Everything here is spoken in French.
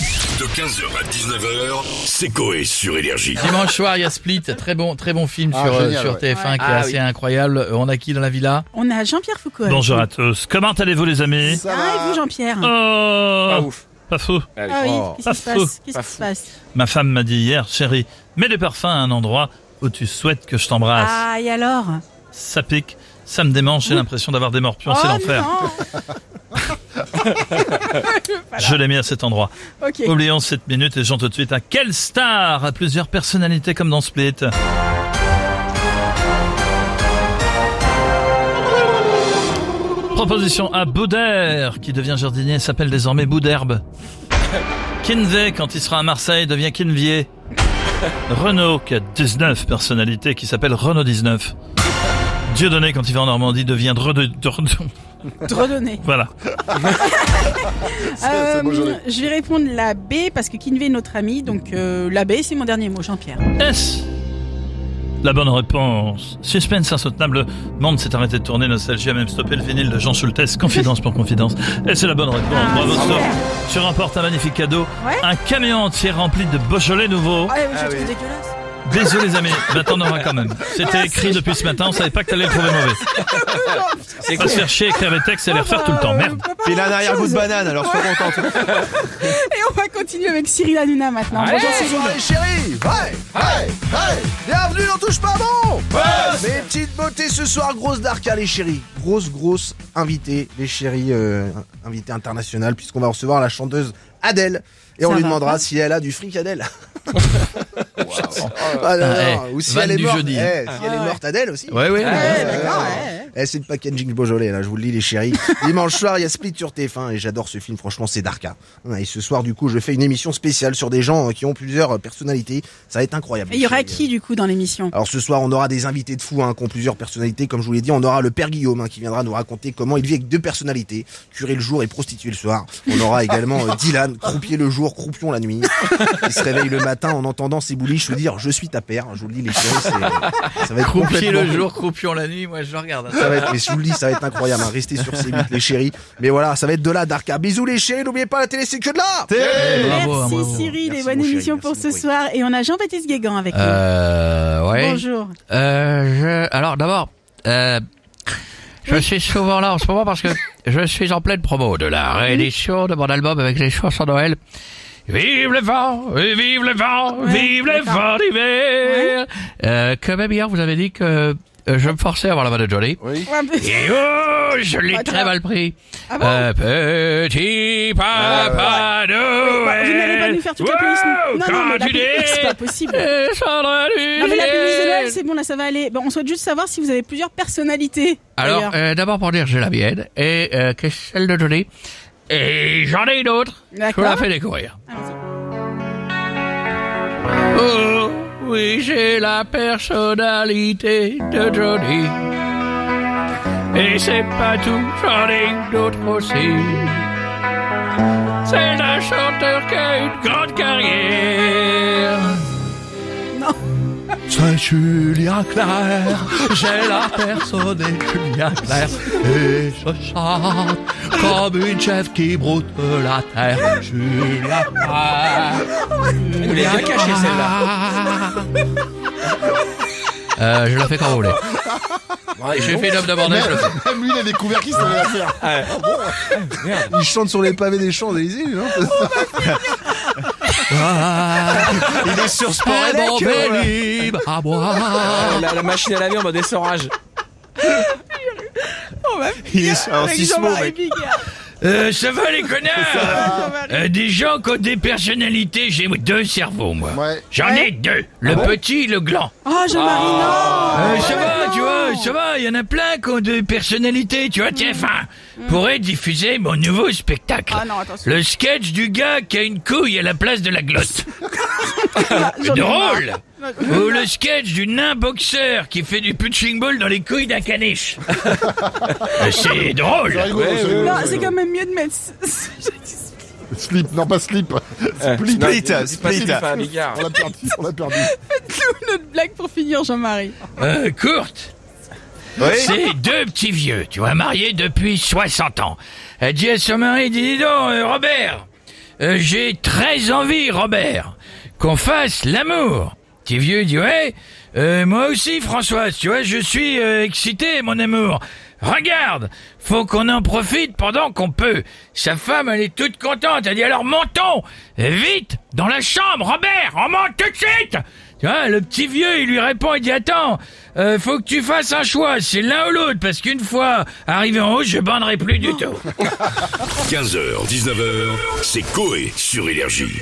De 15h à 19h, c'est Coé sur Énergie. Dimanche soir, il y a Split, très bon, très bon film Ah, sur, euh, génial, sur ouais. TF1 qui est Ah, assez incroyable. Euh, On a qui dans la villa On a Jean-Pierre Foucault. avec Bonjour nous. à tous. Comment allez-vous les amis Ça Ah, et va vous, Jean-Pierre Oh, Pas ouf. pas fou. Ah oui, Oh. qu'est-ce qui se Pas fou. passe Qu'est-ce Pas qui se passe Ma femme m'a dit hier, chérie, mets les parfums à un endroit où tu souhaites que je t'embrasse. Ah, et alors Ça pique, ça me démange, j'ai l'impression d'avoir des morpions, c'est l'enfer. Oh, non Je l'ai mis à cet endroit. Ok. Oublions cette minute et j'en tout de suite à quelle star à plusieurs personnalités comme dans Split. Proposition à Boudère, qui devient jardinier, s'appelle désormais Boudherbe. Kinvey, quand il sera à Marseille, devient Kinvier. Renaud, qui a 19 personnalités, qui s'appelle Renaud 19. Dieudonné, quand il va en Normandie, devient Dredon. Te redonner. Euh, Voilà. c'est bon, j'en ai. je vais répondre la B parce que Kinvey est notre ami, donc euh, la B c'est mon dernier mot, Jean-Pierre. Ah S. La bonne réponse. Suspense insoutenable. Le monde s'est arrêté de tourner. Nostalgie a même stoppé le vinyle de Jean Schultes. Confidence pour confidence. Et c'est la bonne réponse. Ah, Bravo, super. Stop. Tu remportes un magnifique cadeau. Ouais. Un camion entier rempli de Beaujolais nouveau. Ah, oui, je Ah le trouve oui. dégueulasse. Désolé, les amis. Mais attends, on en aura quand même. C'était écrit depuis ce matin. On savait pas que t'allais le trouver mauvais. C'est se faire chier, écrire les textes et les refaire tout le temps. Merde. Il a un arrière-goût de banane, alors sois contente. Et on va continuer avec Cyril Hanouna maintenant. Bonjour, Cyril. les chéris Hey Hey Hey Bienvenue dans Touche pas bon Mes petites beautés ce soir, grosse Darka les chéris Grosse grosse invitée, les chéris, euh, invitée internationale, puisqu'on va recevoir la chanteuse Adèle. Et on Ça lui va. demandera si elle a du fric Adèle. Ah, non, Ah, non, eh, Ou si vanne elle est du morte. jeudi. Ah, eh, si elle est ouais. morte Adèle aussi. Ouais, ouais. Ouais, Ah, d'accord, ah, ouais, ouais. Eh, c'est le packaging Beaujolais, là, je vous le dis, les chéris. Dimanche soir, il y a Split sur TF1 et j'adore ce film, franchement, c'est Darka. Et ce soir, du coup, je fais une émission spéciale sur des gens euh, qui ont plusieurs euh, personnalités. Ça va être incroyable. Et il y aura les chéris. qui du coup dans l'émission Eh alors ce soir, on aura des invités de fous, hein, qui ont plusieurs personnalités. Comme je vous l'ai dit, on aura le père Guillaume hein, qui viendra nous raconter comment il vit avec deux personnalités, curé le jour et prostituée le soir. On aura également euh, Dylan, croupier le jour, croupion la nuit, qui se réveille le matin en entendant ses bouliches lui dire je suis ta père. Je vous le dis, les chéris, c'est- ça va être Croupier le complètement- jour, croupion la nuit, moi je le regarde. ça va être, mais je vous le dis, ça va être incroyable. hein. Restez sur ces huit, les chéris. Mais voilà, ça va être de là, Darka. Bisous, les chéris. N'oubliez pas, la télé, c'est que de là. Bravo, hein, Merci bravo. Cyril Merci, et bonne mon chéri, émission merci pour ce beaucoup. soir. Et on a Jean-Baptiste Guégan avec Euh, nous. ouais. Bonjour. Euh, je- alors d'abord, euh, je suis souvent là en ce moment parce que je suis en pleine promo de la réédition de mon album avec les chansons Noël. Vive le vent, et vive le vent, Ouais, vive le d'accord. vent d'hiver. Euh, que même hier, vous avez dit que euh, je me forçais à avoir la voix de Johnny. Un peu- Et oh, je l'ai Ah, tiens. très mal pris. Ah bon Euh, petit papa Bah, Noël. vous n'allez pas nous faire toute la playlist. Wow, Non, non, mais quand la il playlist, c'est est pas possible. descendre du Non, mais la playlist de Noël, ciel. c'est bon, là, ça va aller. Bon, on souhaite juste savoir si vous avez plusieurs personnalités. Alors, d'ailleurs. euh, d'abord pour dire j'ai la mienne et euh, que celle de Johnny. Et j'en ai une autre. Je vous la D'accord. fais découvrir. Allons-y. Oh, oui, j'ai la personnalité de Johnny. Et c'est pas tout, j'en ai une autre aussi. C'est un chanteur qui a une grande carrière. Non. C'est Julien Clerc, j'ai la personne de Julien Clerc. Et je chante comme une chef qui broute la terre. Julien Clerc. Vous l'avez bien cachée celle-là. Euh, je le fais quand vous voulez. J'ai fait l'homme de bordel, je le fais. Même lui, il a découvert qui s'en allait à faire. Il chante sur les pavés des champs d'Élysée, lui, hein. Il est sur Sport Eh Elec, bon, euh, Vélib, à boire. la, la machine à laver en mode essorage. Il est sur un Avec sismo, Jean-Marie mec. Bigard. Euh, ça va les connards Jean-Marie. Euh, Des gens qui ont des personnalités, j'ai deux cerveaux moi. Ouais. J'en ai deux, le petit et le gland. Oh, Jean-Marie, non. Euh, ça va, non. tu vois, ça va, il y en a plein qui ont des personnalités, tu vois, TF1 pourrait diffuser mon nouveau spectacle. Mm. Ah non, attention. Le sketch du gars qui a une couille à la place de la glotte. J'en ai marre. Drôle Ou le sketch du nain boxeur qui fait du punching ball dans les couilles d'un caniche. Euh, C'est drôle C'est rigolo, c'est rigolo, Non, c'est c'est quand rigolo. même mieux de mettre. Slip, non pas slip. Split. Eh, non, Split. dites pas slip à Bigard. On l'a perdu, on l'a perdu. Notre blague pour finir, Jean-Marie. Euh, courte C'est deux petits vieux, tu vois, mariés depuis 60 ans. Elle dit à son mari, dis donc, euh, Robert, Euh, J'ai très envie, Robert, qu'on fasse l'amour. Petit vieux dit ouais. Euh, moi aussi, Françoise, tu vois, je suis euh, excité, mon amour. Regarde, faut qu'on en profite pendant qu'on peut. Sa femme, elle est toute contente. Elle dit alors montons Et vite dans la chambre, Robert, on monte tout de suite. Tu vois, le petit vieux, il lui répond, il dit attends, euh, faut que tu fasses un choix, c'est l'un ou l'autre, parce qu'une fois arrivé en haut, je banderai plus du tout. 15h, 19h, c'est Coé sur Énergie.